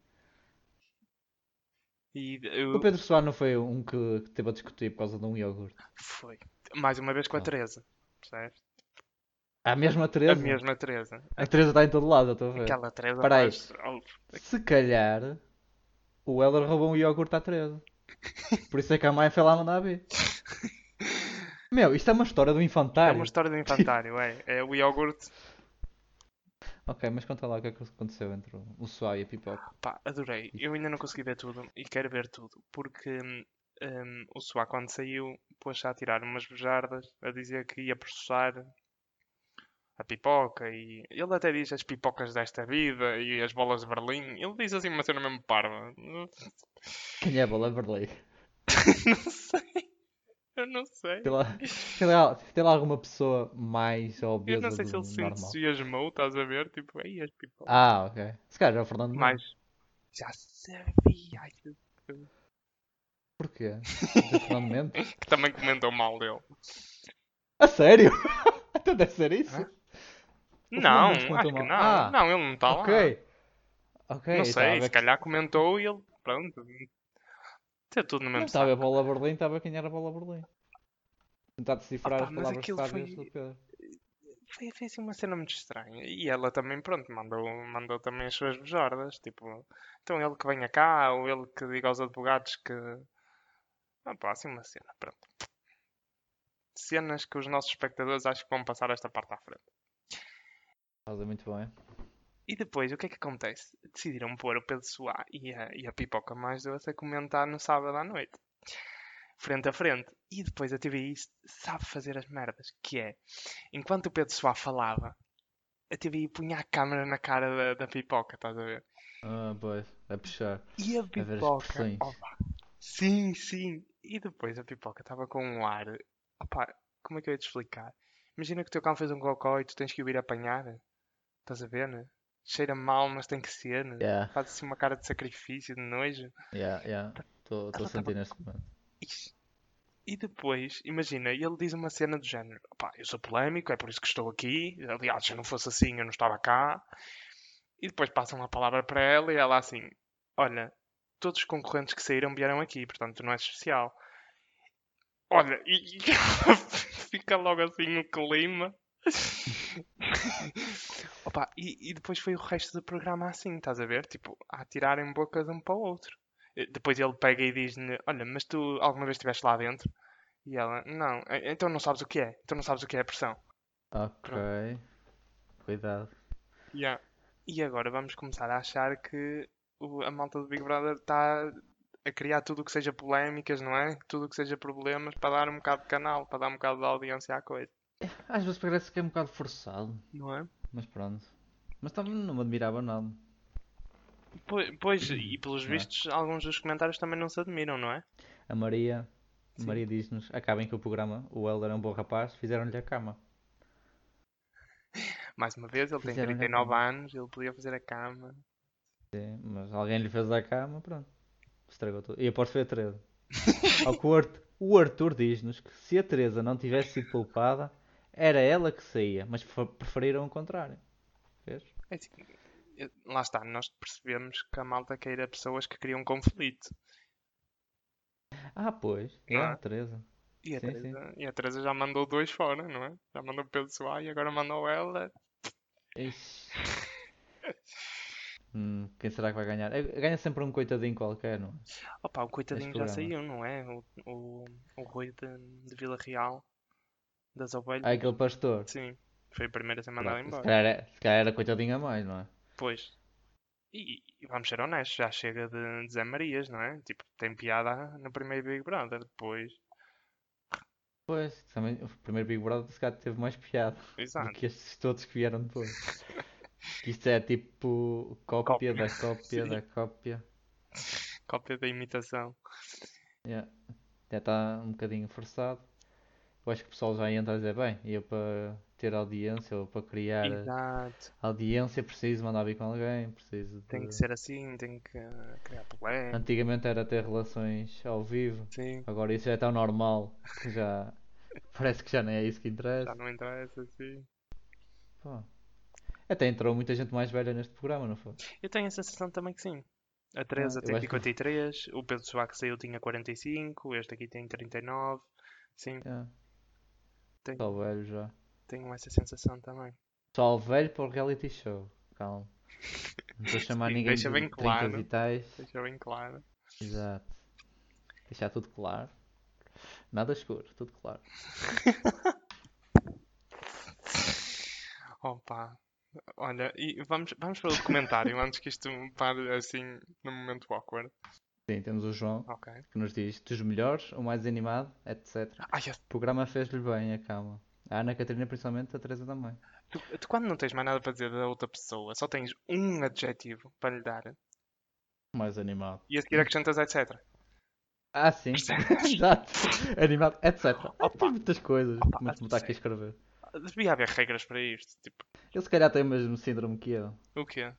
E
O
eu
Pedro Soares não foi um que que teve a discutir por causa de um iogurte.
foi mais uma vez com a
Ah.
Teresa, percebes?
A mesma
A
Teresa.
mesma Teresa.
A Teresa está em todo lado, eu estou a ver.
Aquela Teresa
Espera aí.
faz- Oh,
Se calhar o Helder roubou um iogurte à Teresa. Por isso é que a mãe foi lá mandar vir. Meu, isto é uma história do
É
infantário.
uma história do infantário, é. É o iogurte.
Ok, mas conta lá o que é que aconteceu entre o- o Soá e a Pipoca.
Pá, adorei. Eu ainda não consegui ver tudo e quero ver tudo, porque hum, hum, o Suá quando saiu pôs-se a tirar umas bujardas a dizer que ia processar a pipoca e ele até diz as pipocas desta vida e as bolas de Berlim. Ele diz assim uma cena mesmo parva. Não
Quem é a Bola Berlim?
sei. Eu não sei.
Tem lá, tem lá- tem lá alguma pessoa mais
Eu
obesa
não sei
do
se ele se
normal?
entusiasmou, estás a ver? Tipo, aí as pipocas.
Ah, ok. Se calhar é o Fernando Mendes.
Mas já sabia ai, que
Porquê? O Fernando Mendes?
que também comentou mal dele.
A sério? Então deve ser isso?
Hã?
O Fernando
Não,
Mendes comentou
acho que
mal.
não.
Ah,
Não, ele não está lá.
ok. Ok,
Não
estava a
sei,
ver
se
que-
calhar é comentou e ele, pronto, tem tudo no
Não
mesmo
estava a
saco.
Bola Berlim, estava quem era a Bola Berlim. Tentar decifrar
Opa,
as
mas
palavras
aquilo
sábias
foi-
do Pedro.
Foi, foi assim uma cena muito estranha. E ela também, pronto, mandou, mandou também as suas bejardas, tipo, então ele que venha cá, ou ele que diga aos advogados que... Ah pá, assim uma cena, pronto. Cenas que os nossos espectadores acho que vão passar esta parte à frente.
Fazem muito bem.
E depois, o que é que acontece? Decidiram pôr o Pedro Soá e a, e a Pipoca Mais Doce a comentar no sábado à noite. Frente a frente. E depois a TVI s- sabe fazer as merdas. Que é, enquanto o Pedro Soá falava, a TVI punha a câmera na cara da, da Pipoca, estás a ver?
Ah, pois. A puxar.
E a
ver as
Pipoca...
expressões.
opa, sim, sim. E depois a Pipoca estava com um ar... Opa, como é que eu ia te explicar? Imagina que o teu cão fez um cocó e tu tens que o ir apanhar. Estás a ver, né? Cheira mal, mas tem que ser, né?
Yeah,
Faz assim uma cara de sacrifício, de nojo.
yeah, yeah. Estou
Ela
a sentir neste momento.
Ixi. E depois, imagina, ele diz uma cena do género: pá, eu sou polémico, é por isso que estou aqui. Aliás, se eu não fosse assim, eu não estava cá. E depois passam a palavra para ela e ela assim: olha, todos os concorrentes que saíram vieram aqui, portanto, tu não és especial. Olha, e fica logo assim o clima. Opa, e, e depois foi o resto do programa assim, estás a ver? Tipo, a atirarem bocas um para o outro. E Depois ele pega e diz-lhe: Olha, mas tu alguma vez estiveste lá dentro? E ela: Não, "E- então não sabes o que é. Então não sabes o que é a pressão.
Ok. Cuidado.
Yeah. E agora vamos começar a achar que o- a malta do Big Brother está a criar tudo o que seja polémicas, não é? Tudo o que seja problemas para dar um bocado de canal, para dar um bocado de audiência à coisa,
Às vezes parece que é um bocado forçado,
não é?
mas pronto. Mas também não me admirava nada.
Pois, pois, e pelos
Não é?
vistos, alguns dos comentários também não se admiram, não é?
A Maria, a
Sim.
Maria diz-nos, acabem com o programa, o Helder é um bom rapaz, fizeram-lhe a cama.
Mais uma vez, ele tem
Fizeram-lhe a
39
cama.
anos, ele podia fazer a cama.
É, Mas alguém lhe fez a cama, pronto. Estragou tudo. E aposto que foi a Teresa. Ao que o Arthur, o Arthur diz-nos que se a Teresa não tivesse sido poupada, era ela que saía, mas fa- preferiram o contrário. Vês?
É assim, eu- lá está, nós percebemos que a malta queira pessoas que criam conflito.
Ah, pois.
Não
grande
é?
Teresa.
E a,
Sim, sim.
Teresa, e a Teresa já mandou dois fora, não é? Já mandou o Pedro Soares e agora mandou ela.
Ixi. Hum, quem será que vai ganhar? Eh, Ganha sempre um coitadinho qualquer, não é?
Opa, o coitadinho já
programa.
saiu, não é? O, o, o Rui de, de Vila Real, das ovelhas.
Ah, aquele pastor.
Sim, foi o primeiro a ser mandado
Pronto, é. se,
embora.
calhar era, se calhar era coitadinho a mais, não é?
Pois. E, e vamos ser honestos, já chega de, de Zé Marias, não é? Tipo, tem piada no primeiro Big Brother, depois.
Pois, também, o primeiro Big Brother se calhar teve mais piada. do
Exato.
que estes todos que vieram depois. Que isto é tipo cópia da cópia
Sim.
da cópia.
Cópia da imitação.
Yeah. Já está um bocadinho forçado. Eu acho que o pessoal já entra a dizer, bem, eu para ter audiência ou para criar
Exato.
audiência preciso mandar vir com alguém, preciso
Tem
de-
que ser assim, tem que eh, criar polémica.
Antigamente era ter relações ao vivo,
Sim,
agora isso já é tão normal que já parece que já nem é isso que interessa.
já não interessa, assim. sim.
Pô. Até entrou muita gente mais velha neste programa, não foi?
Eu tenho a sensação também que sim. A Teresa
Ah, eu
tem
acho que-
53, o Pedro Soares que saiu tinha 45, este aqui tem 39. Sim,
Yeah.
Tem.
É, Só velho já.
tenho essa sensação também.
Pessoal velho para o reality show. Calma. Não estou a chamar
Sim,
ninguém
deixa
de
bem
30
claro.
e tais.
Deixa bem claro.
Exato. Deixar tudo claro. Nada escuro, tudo claro.
Opa. Olha, e vamos, vamos para o comentário antes que isto pare assim num momento awkward.
Sim, temos o João
Ok.
que nos diz dos melhores, o mais animado, etc.
Ai, eu-
O programa fez-lhe bem a calma. A Ana Catarina, principalmente, a Teresa também.
tu, tu quando não tens mais nada para dizer da outra pessoa, só tens um adjetivo para lhe dar
Mais animado.
e a seguir acrescentas etc.
Ah, sim. Exato. Animado, etc. Ah,
é. Opa.
tem muitas coisas.
Opa,
Mas não está aqui a escrever.
Devia haver regras para isto. Tipo,
Ele se calhar tem o mesmo síndrome que eu.
o quê?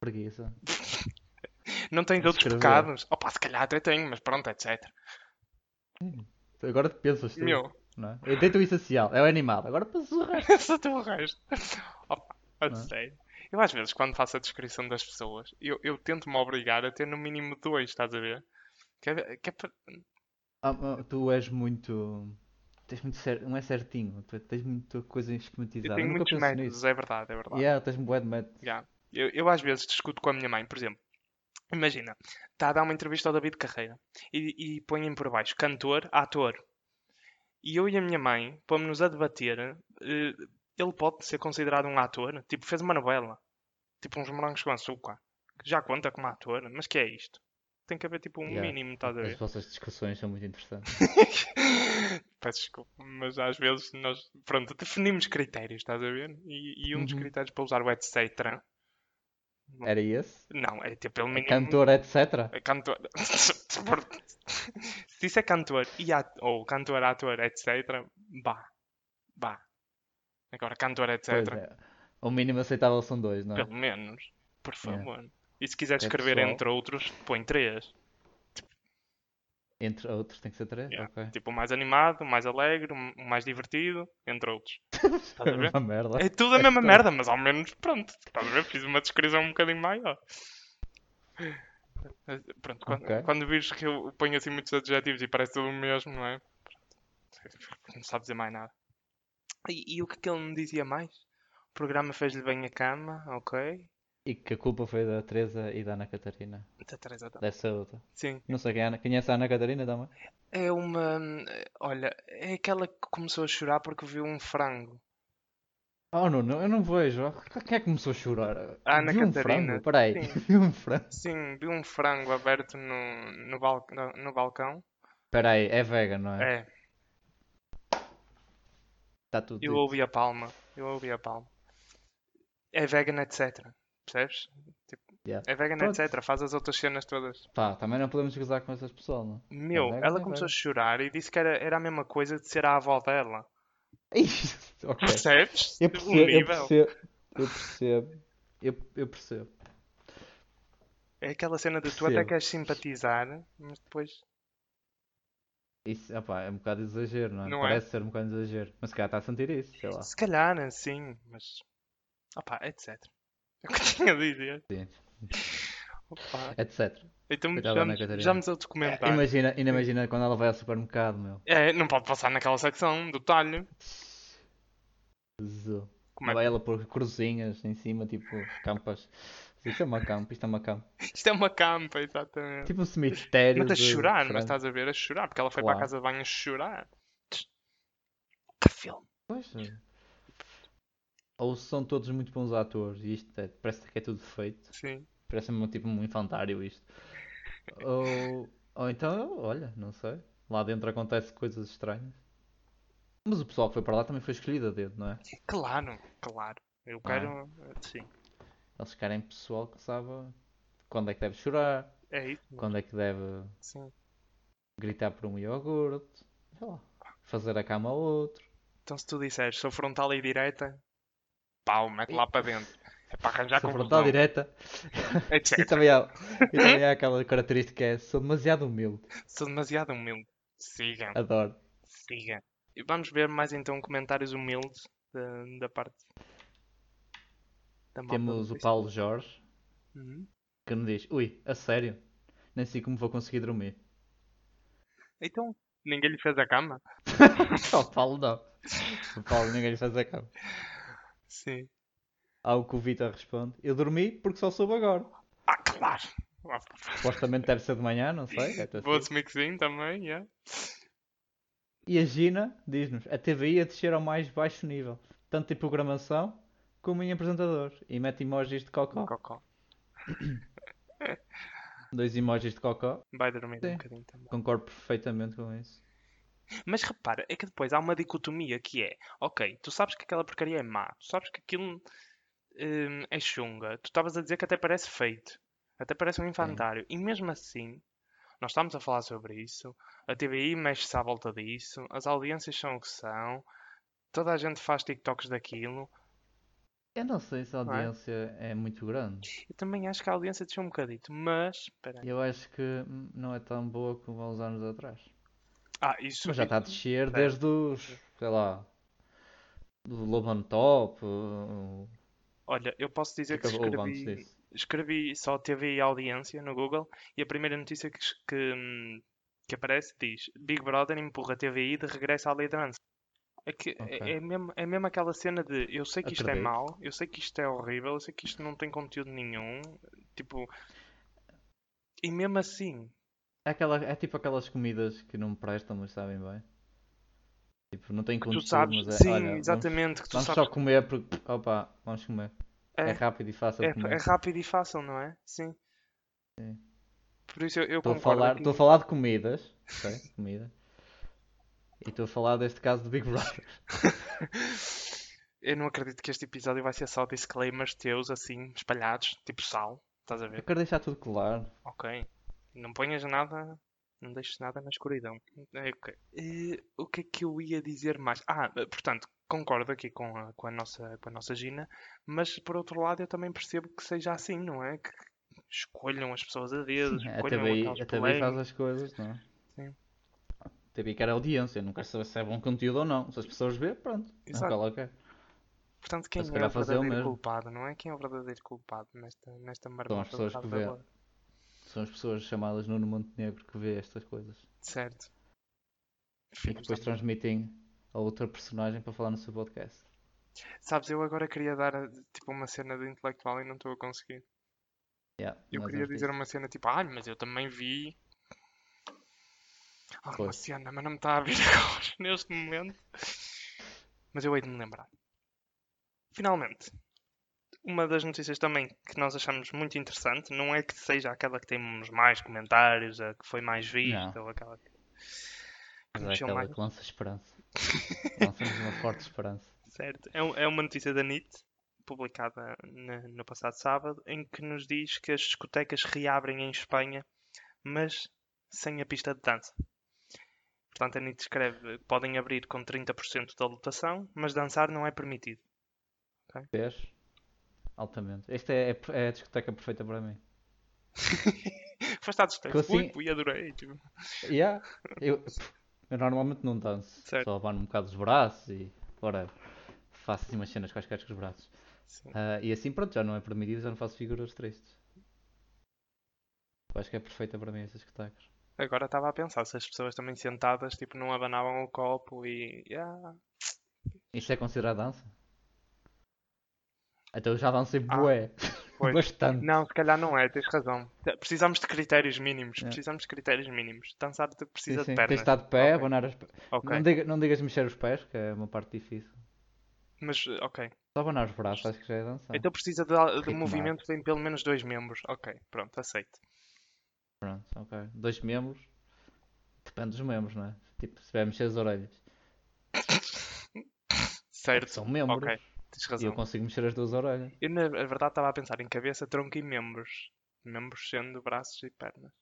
Preguiça.
Não tens outros
Escrever.
pecados? Opa, se calhar até tenho, mas pronto, etc.
Agora pensas tu.
Meu,
Não é? Eu tento o essencial, é o animado. Agora pensas o resto.
eu sou teu resto. Opa, a
Não é?
sério. Eu às vezes, quando faço a descrição das pessoas, eu, eu tento-me obrigar a ter no mínimo dois, estás a ver? Que é, que é pra-
Ah, ah, tu és muito. Tens muito cer... Não é certinho, tu tens muita coisa
Eu
esquematizada.
tenho
Eu nunca
muitos
penso
métodos,
nisso.
é verdade, é verdade.
Yeah, tens um bué de métodos.
Yeah. Eu, eu às vezes discuto com a minha mãe, por exemplo. Imagina, está a dar uma entrevista ao David Carreira e, e põem por baixo cantor, ator. E eu e a minha mãe pomos-nos a debater. eh, ele pode ser considerado um ator? Tipo, fez uma novela. Tipo, uns morangos com açúcar. Que já conta como ator, mas que é isto? Tem que haver tipo um
Yeah.
mínimo, estás a
As
ver?
vossas discussões são muito interessantes.
Peço desculpa, mas às vezes nós, pronto, definimos critérios, estás a ver? E, e um dos
Uhum.
critérios para usar o etc.
Era esse?
Não, é tipo, pelo mínimo.
Cantor, etc.
É cantor. Se isso é cantor e at... ou cantor, ator, etc. Bah. Bah. Agora, cantor, etc.
Pois é. O mínimo aceitável são dois, não é?
Pelo menos. Por
Yeah.
favor. E se quiseres
É
escrever
pessoal.
entre outros, põe três.
Entre outros, tem que ser três?
Yeah.
Ok.
Tipo, o mais animado, o mais alegre, o mais divertido, entre outros. Estás a ver?
Uma merda.
É tudo a mesma merda, mas ao menos, pronto, estás a ver? Fiz uma descrição um bocadinho maior. Eh, Pronto, quando,
Ok.
quando vires que eu ponho assim muitos adjetivos e parece tudo o mesmo, não é? Pronto. Não sabe dizer mais nada. E, e o que é que ele me dizia mais? O programa fez-lhe bem a cama, ok?
E que a culpa foi da Teresa e da Ana Catarina.
Da Teresa Dal-
Deve ser outra.
Sim.
Não sei quem é, a Ana- conhece a Ana Catarina também?
É uma. eh, Olha, é aquela que começou a chorar porque viu um frango.
Oh, não, não, eu não vejo. Oh, Quem é que começou a chorar?
A Ah, Ana
Viu um
Catarina.
frango? Peraí,
Sim.
viu um frango?
Sim, viu um frango aberto no, no, bal- no- no balcão.
Peraí, é vegan, não é?
É,
Está tudo
eu
dito.
ouvi a palma. Eu ouvi a palma. É vegan, etc. Percebes? Tipo,
Yeah.
é vegan,
Pronto.
etc. Faz as outras cenas todas.
Pá, também não podemos gozar com essas pessoas, não?
Meu,
vegan,
ela
é
começou a
vegan.
chorar e disse que era, era a mesma coisa de ser a avó dela.
Ih, é? ok.
Percebes?
Eu
O
percebo, eu
Um nível.
percebo, eu percebo, eu, eu percebo.
É aquela cena de tu até
Percebo.
queres simpatizar, mas depois.
Isso, opá, é um bocado exagero, não é?
Não é?
Parece ser um bocado exagero. Mas se calhar está a sentir isso, sei lá.
Se calhar, assim, mas. Opá, etc. É o que eu tinha a dizer.
Sim,
Opá.
etc.
Então
Coitada da Ana
vamos,
Catarina. É,
vamos ao documentário.
Imagina, ainda imagina quando ela vai ao supermercado, meu.
É, não pode passar naquela secção do talho.
Zo.
Como é-
Vai ela pôr cruzinhas em cima, tipo, campas. Isto é uma campa, isto é uma campa.
Isto é uma campa, exatamente.
Tipo um cemitério
Mas a
de
chorar, mas tá-
frango.
estás a ver? A chorar, porque ela foi para
Claro.
a casa de banho a chorar. Que filme.
Pois, é. Ou são todos muito bons atores e isto é- parece que é tudo feito.
Sim.
Parece-me tipo um infantário isto. Ou, ou então, olha, não sei. Lá dentro acontece coisas estranhas. Mas o pessoal que foi para lá também foi escolhido a dedo, não é?
Claro, claro. Eu
Ah.
quero. Sim.
Eles querem pessoal que sabe quando é que deve chorar,
É isso.
quando é que deve
Sim.
gritar por um iogurte, sei lá, fazer a cama ao outro.
Então se tu disseres sou frontal e direta, pau, mete lá para dentro. É para arranjar
Sou
confusão.
frontal direta. E
Etc.
também, há, e também há aquela característica é sou demasiado humilde.
Sou demasiado humilde. Siga,
Adoro.
siga. E vamos ver mais então comentários humildes da, da parte. Da malta do
Temos o
Facebook.
Paulo Jorge
Uhum.
que me diz: Ui, a sério? Nem sei como vou conseguir dormir.
Então, ninguém lhe fez a cama?
Só o Paulo não. O Paulo ninguém lhe faz a cama.
Sim.
Ao que o Vitor responde: Eu dormi porque só soube agora.
Ah, claro! Ah,
Supostamente deve ser de manhã, não sei. é teu
Vou
filho.
assumir que sim também, yeah.
E a Gina diz-nos: A TVI a descer ao mais baixo nível, tanto em programação como em apresentador. E mete emojis de cocó.
Cocó.
Dois emojis de cocó.
Vai dormir um
Sim.
bocadinho também.
Concordo perfeitamente com isso.
Mas repara, é que depois há uma dicotomia que é: ok, tu sabes que aquela porcaria é má, tu sabes que aquilo hum, é chunga, tu estavas a dizer que até parece feito, até parece um infantário, e mesmo assim, nós estamos a falar sobre isso, a TVI mexe-se à volta disso, as audiências são o que são, toda a gente faz TikToks daquilo.
Eu não sei se a
Não é?
audiência é muito grande.
Eu também acho que a audiência desceu um bocadito, mas. Espera aí.
Eu acho que hum, não é tão boa como há uns anos atrás.
Ah, isso.
Mas já tá está a descer desde os, sei lá, do Lobo on Top, o- o
Olha, eu posso
que
dizer que
acabou antes
escrevi,
disso.
escrevi só TV e audiência no Google e a primeira notícia que, es- que, hum, que aparece diz Big Brother empurra TVI de regresso à liderança. É, que, é-
Ok.
é, mesmo, é mesmo aquela cena de eu sei que isto é
Acredito.
mau, eu sei que isto é horrível, eu sei que isto não tem conteúdo nenhum, tipo... E mesmo assim,
É, aquela, é tipo aquelas comidas que não prestam, mas sabem bem. Tipo, não tem
que tu
conteúdo,
sabes...
mas é,
Sim,
olha, vamos-
exatamente, que tu
vamos
sabes...
só comer porque, opa, vamos comer. É rápido e fácil
É,
de comer.
é rápido e fácil, não é? Sim. Por isso eu, eu
Estou a
concordo
falar,
aqui.
estou a falar de comidas, ok? Comida. E estou a falar deste caso do Big Brother.
Eu não acredito que este episódio vai ser só disclaimers teus, assim, espalhados, tipo sal. Estás a
Eu
ver?
quero deixar tudo claro.
Ok. Não ponhas nada, não deixes nada na escuridão. É, ok. Eh, o que é que eu ia dizer mais? Ah, eh, portanto, concordo aqui com a, com a nossa, com a nossa Gina, mas por outro lado eu também percebo que seja assim, não é? Que escolham as pessoas a dedo,
A
escolham
TVI,
aquelas
a TVI faz
polémicas.
as coisas, não é?
Sim.
Teve que era audiência, não quero saber se é bom conteúdo ou não. Se as pessoas vê, pronto. É
Exato.
Não coloca.
Portanto, quem
Mas se
é o
calhar fazer o
verdadeiro
mesmo.
culpado, não é? Quem é o verdadeiro culpado nesta, nesta
São
marmota
as
do
pessoas que
Cabo
vê.
Delgado?
São as pessoas chamadas Nuno Montenegro que vê estas coisas.
Certo.
E que
Filhos da
depois transmitem a outra personagem para falar no seu podcast.
Sabes, eu agora queria dar tipo uma cena de intelectual e não estou a conseguir.
Yeah,
Eu
nós
queria
vamos
dizer
disso.
uma cena tipo, ai, mas eu também vi alguma
Pois.
cena, mas não me está a vir agora neste momento. Mas eu hei de me lembrar. Finalmente, uma das notícias também que nós achamos muito interessante, não é que seja aquela que temos mais comentários, a que foi mais vista, ou aquela que, que
Mas é
mexeu
aquela
mais.
que lança esperança. Lançamos uma forte esperança.
Certo. É, um- é uma notícia da NIT, publicada na- no passado sábado, em que nos diz que as discotecas reabrem em Espanha, mas sem a pista de dança. Portanto, a NIT escreve que podem abrir com 30% da lotação, mas dançar não é permitido.
Vês? Altamente. Esta é, é a discoteca perfeita para mim.
Foste à discoteca.
Que assim-
Ui, ui, adorei. tipo.
Yeah, eu, eu normalmente não danço.
Certo.
Só abano um bocado os braços e whatever. Faço assim umas cenas quaisquer com os braços.
Sim.
Ah, e assim pronto, já não é permitido, já não faço figuras tristes. Eu acho que é perfeita para mim essas espetáculos.
Agora estava a pensar se as pessoas também sentadas tipo, não abanavam o copo e. ah, "Ya,
Isto é considerado dança? Então eu já dancei
Ah,
bué.
pois.
Bastante.
Não, se calhar não é, tens razão. Precisamos de critérios mínimos.
É.
Precisamos de critérios mínimos. Dançar te-
Sim,
precisa
sim.
de
Tens de
pernas.
estar de pé,
Ok.
abanar as pernas.
Ok.
Não, diga- não digas mexer os pés, que é uma parte difícil.
Mas, eh, ok.
Só abanar os braços, acho que já é dançar.
Então precisa de, al- de
Ritmar.
movimento que tem pelo menos dois membros. Ok, pronto, aceito.
Pronto, ok. Dois membros. Depende dos membros, não é? Tipo, se vai mexer as orelhas.
Certo.
São membros.
Ok, tens
E eu
razão.
consigo mexer as duas orelhas.
Eu, na verdade, estava a pensar em cabeça, tronco e membros. Membros sendo braços e pernas.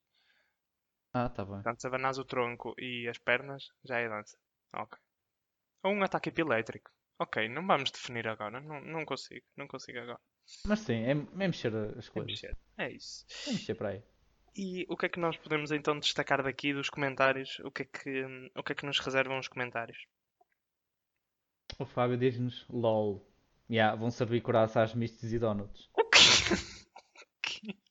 Ah, tá bem.
Portanto, se abanas o tronco e as pernas, já é dança. Ok. Ou um ataque epilétrico. Ok, não vamos definir agora. Não, não consigo. Não consigo agora.
Mas sim, é, é mexer as
É
coisas.
mexer. É isso.
É mexer para aí.
E o que é que nós podemos então destacar daqui dos comentários? O que é que, hum, o que, é que nos reservam os comentários?
O Fábio diz-nos LOL. Yeah, vão servir coraças, mistes e donuts.
O quê?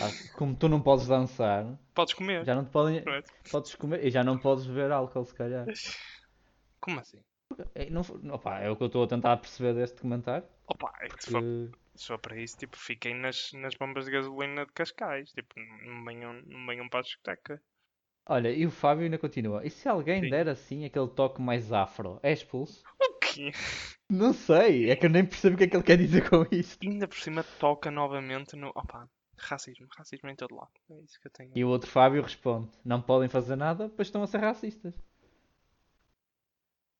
Ah, Como tu não podes dançar,
Podes comer.
já não te podem.
não é?
Podes comer e já não podes beber álcool, se calhar.
Como assim?
É, não foi- não, pá, é o que eu estou a tentar perceber deste comentário.
Opa, é que se for,
que-
se for para isso, tipo, fiquem nas, nas bombas de gasolina de Cascais. Tipo, não venham, não venham para a discoteca.
Olha, e o Fábio ainda continua. E se alguém
Sim.
der assim aquele toque mais afro, é expulso?
O quê?
Não sei, é que eu nem percebo o que é que ele quer dizer com isto.
Ainda por cima toca novamente no. Opa, racismo. Racismo em todo lado. É isso que eu tenho.
E o outro Fábio responde: Não podem fazer nada, pois estão a ser racistas.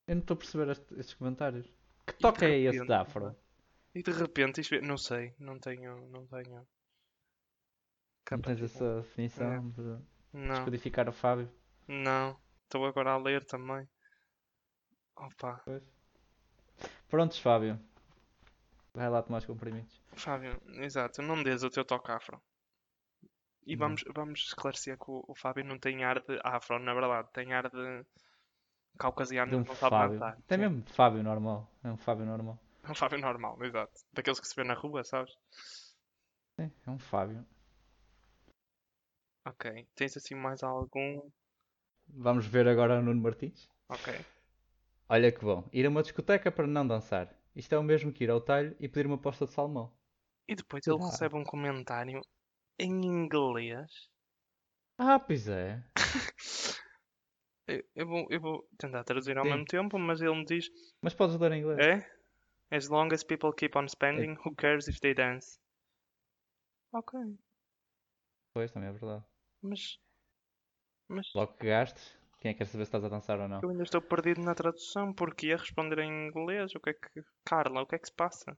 Eu não estou a perceber este- estes comentários. Que
de
toque é esse
repente, tá
da afro?
E de repente, isto... não sei. Não tenho. Não tenho.
Não tens
capacidade.
essa definição de
É. Não.
descodificar o Fábio?
Não, estou agora a ler também. Opa,
Prontos, Fábio. Vai lá tomar os comprimidos.
Fábio, exato, não me dês o teu toque afro. E
Não.
vamos, vamos esclarecer que o, o Fábio não tem ar de afro, na verdade, tem ar de caucasiano,
De um
não tá. sabe
Fábio.
dançar.
Até
Sim,
mesmo de Fábio normal. É um Fábio normal.
É um Fábio normal, exato. Daqueles que se vê na rua, sabes?
Sim, é um Fábio.
Ok, tens assim mais algum?
Vamos ver agora o Nuno Martins.
Ok,
Olha que bom. Ir a uma discoteca para não dançar. Isto é o mesmo que ir ao talho e pedir uma posta de salmão.
e depois ele
Claro.
recebe um comentário em inglês.
Ah, pois é.
Eu, eu vou, eu vou tentar traduzir ao
Sim.
mesmo tempo, mas ele me diz.
Mas podes ler em inglês.
É? As long as people keep on spending,
É.
who cares if they dance? Ok,
Pois, também é verdade.
mas. Mas
Logo que gastes, quem é que quer saber se estás a dançar ou não?
eu ainda estou perdido na tradução, porque ia responder em inglês. O que é que. Carla, o que é que se passa?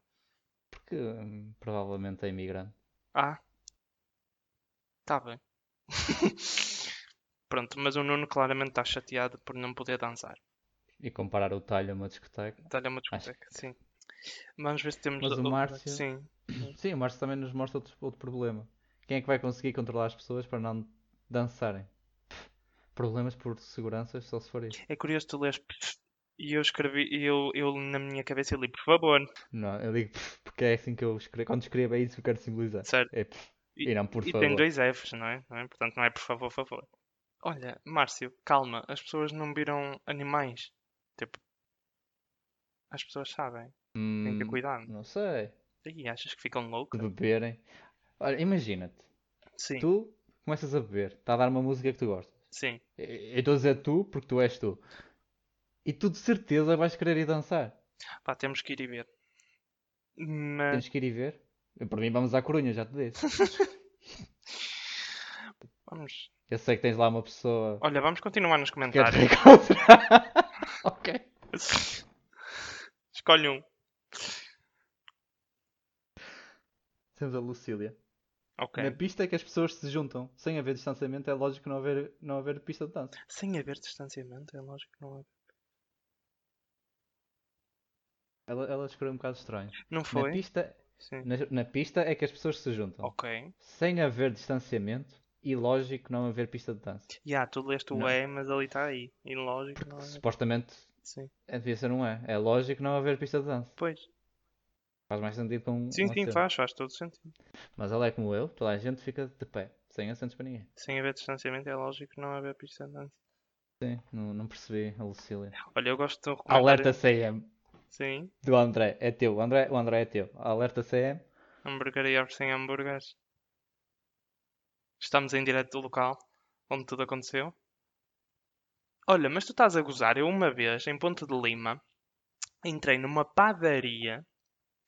Porque hum, provavelmente é imigrante.
Ah. Tá bem. Pronto, mas o Nuno claramente está chateado por não poder dançar.
E comparar o talho a uma discoteca.
Dá-lhe uma
Acho
discoteca, sim. Vamos ver se temos.
Mas o
outra-
Márcio-
Sim,
Sim, o Márcio também nos mostra outro, outro problema. Quem é que vai conseguir controlar as pessoas para não dançarem? Pff, Problemas por seguranças, só se for isso.
É curioso tu lês "Pff", e eu escrevi, e eu, eu na minha cabeça eu li, por favor.
Não, eu digo "pff", porque é assim que eu escrevo. Quando escrevo é isso que eu quero simbolizar.
Certo.
É "pff", e não por
E
favor.
tem dois Fs, não é? não é? Portanto, não é por favor, favor. Olha, Márcio, calma, as pessoas não viram animais. Tipo, as pessoas sabem, tem que ter
Hum,
cuidado.
não sei.
E achas que ficam
De
loucas?
beberem. Olha, imagina-te.
Sim,
Tu começas a beber. Está a dar uma música que tu gostas.
sim.
Eu estou a dizer tu porque tu és tu. E tu de certeza vais querer ir dançar.
Pá, temos que ir e ver. Mas,
Tens que ir e ver. Eu, Por mim vamos à Corunha, já te disse.
vamos.
Eu sei que tens lá uma pessoa
Olha, vamos continuar nos
que quer te
comentários.
encontrar. ok.
Escolhe um.
Temos a Lucília.
Ok.
Na pista é que as pessoas se juntam. Sem haver distanciamento é lógico não haver, não haver pista de dança.
Sem haver distanciamento, é lógico que não é.
Ela, ela escreveu um bocado estranho.
Não
Na,
foi?
pista,
Sim.
na, na pista é que as pessoas se juntam.
Ok.
Sem haver distanciamento e lógico não haver pista de dança.
Já, tu leste o
Não.
E, mas ali está aí. E lógico, não é.
Supostamente
Sim.
é, devia ser um é. É lógico não haver pista de dança.
Pois.
Faz mais sentido com
Sim,
um
sim,
acento.
faz, faz todo sentido.
Mas ela é como eu, toda a gente fica de pé, sem assentos para ninguém.
Sem haver distanciamento, é lógico que não haver pista de dança.
Sim, não, não percebi a Lucília.
Olha, eu gosto de um
Alerta
comentário-
CM
Sim,
do André, é teu. O André, o André é teu. Alerta CM.
hamburgueria sem hambúrgueres. Estamos em direto do local onde tudo aconteceu. Olha, mas tu estás a gozar. Eu uma vez, em Ponte de Lima, entrei numa padaria.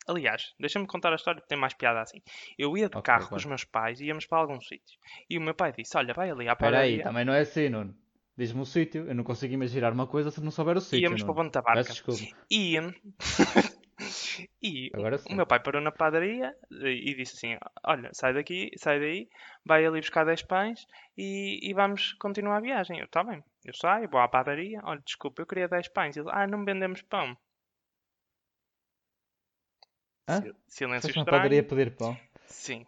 Aliás, deixa-me contar a história que tem mais piada assim. Eu ia de
Ok,
carro com
claro.
os meus pais e íamos para algum sítio. E o meu pai disse, olha, vai ali à
Espera aí,
padaria.
também não é assim, Nuno. Diz-me o sítio, eu não consigo imaginar uma coisa se não souber o sítio.
íamos para o
Nuno.
Ponte da Barca.
Peço desculpa.
E, e
Agora
o
sim.
meu pai parou na padaria e e disse assim: Olha, sai daqui, sai daí, vai ali buscar 10 pães e, e vamos continuar a viagem. Eu, está bem, eu saio, vou à padaria. Olha, desculpa, eu queria 10 pães. Ele, ah, não vendemos pão.
Hã?
Sil- Silêncio
Foste
é
uma
estranho.
padaria pedir pão
Sim,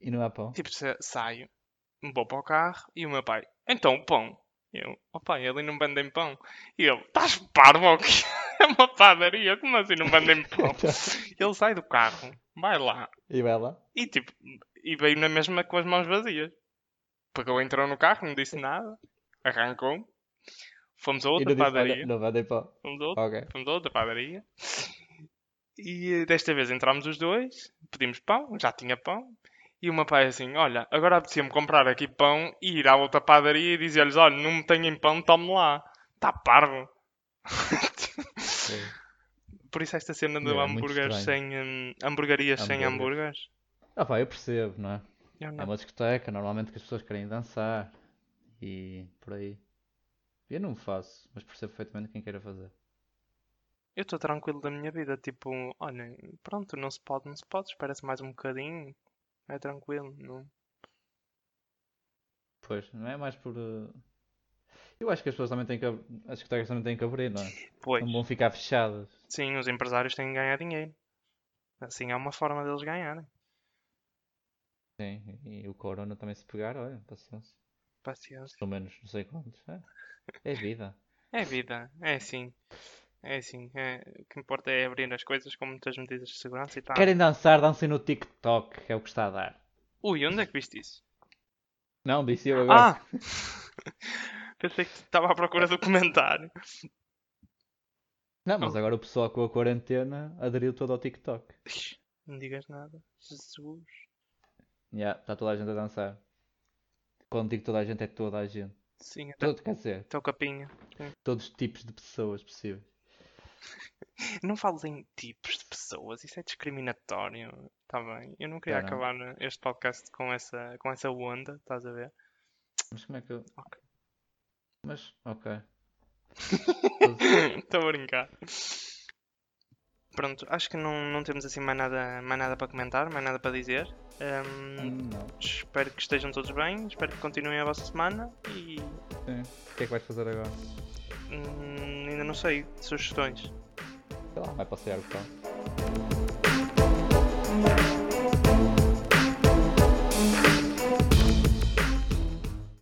e não há pão.
tipo, sa- saio, vou para o carro e o meu pai: Então, o pão. Eu, ó pai, ali não vendem pão. E ele, estás parvo ou quê? É uma padaria, como assim não vendem pão? Ele sai do carro, vai lá
e vai lá.
e tipo, e veio na mesma com as mãos vazias. Pagou, entrou no carro, não disse nada, arrancou. Fomos a
e
outra
não disse,
padaria,
olha, não vendem pão.
fomos a outra,
Ok.
fomos a outra padaria. E eh, desta vez entramos os dois, pedimos pão, já tinha pão. E o meu pai assim, olha, agora apetecia-me comprar aqui pão e ir à outra padaria e dizer-lhes, olha, não me tenham pão, tome lá. Está parvo. Por isso esta cena do
Yeah, É, muito
hambúrguer sem...
estranho.
hum, hamburguerias sem
Hambúrguer.
hambúrgueres.
Ah pá, eu percebo, não é?
Eu
É
não.
uma discoteca, normalmente que as pessoas querem dançar e por aí. Eu não faço, mas percebo perfeitamente quem queira fazer.
Eu estou tranquilo da minha vida, tipo, olhem, pronto, não se pode, não se pode, espera-se mais um bocadinho, é tranquilo, não.
Pois, não é mais por. eh, Eu acho que as pessoas também têm que. ab- As discotecas também têm que abrir, não é?
Pois,
Não vão ficar fechadas.
sim, os empresários têm que ganhar dinheiro. Assim é uma forma deles ganharem.
Sim, e o Corona também se pegar, olha, paciência.
Paciência.
Pelo menos não sei quantos. É, é vida.
É vida, é assim. É assim. é- O que importa é abrir as coisas com muitas medidas de segurança e tal.
Querem dançar, dancem no TikTok, que é o que está a dar.
Ui, onde é que viste isso?
Não, disse eu agora.
Ah! Pensei que estava à procura do comentário.
Não, mas agora o pessoal com a quarentena aderiu todo ao TikTok.
Não digas nada. Jesus.
Já, está tá toda a gente a dançar. Quando digo toda a gente, é toda a gente.
Sim, até,
Todo, quer dizer,
até o capinha.
todos os tipos de pessoas possíveis.
Não falo em tipos de pessoas, isso é discriminatório. Está bem. Eu não queria
Tá, não.
acabar este podcast com essa, com essa onda, estás a ver?
Mas como é que eu.
Ok.
Mas, ok.
Estou a brincar. Pronto, acho que não, não temos assim mais nada, mais nada para comentar, mais nada para dizer. Ahm,
Hum, Não.
espero que estejam todos bem, espero que continuem a vossa semana e
Sim. O que é que vais fazer agora?
hum, ainda não sei, sugestões.
Sei lá, vai passear o carro.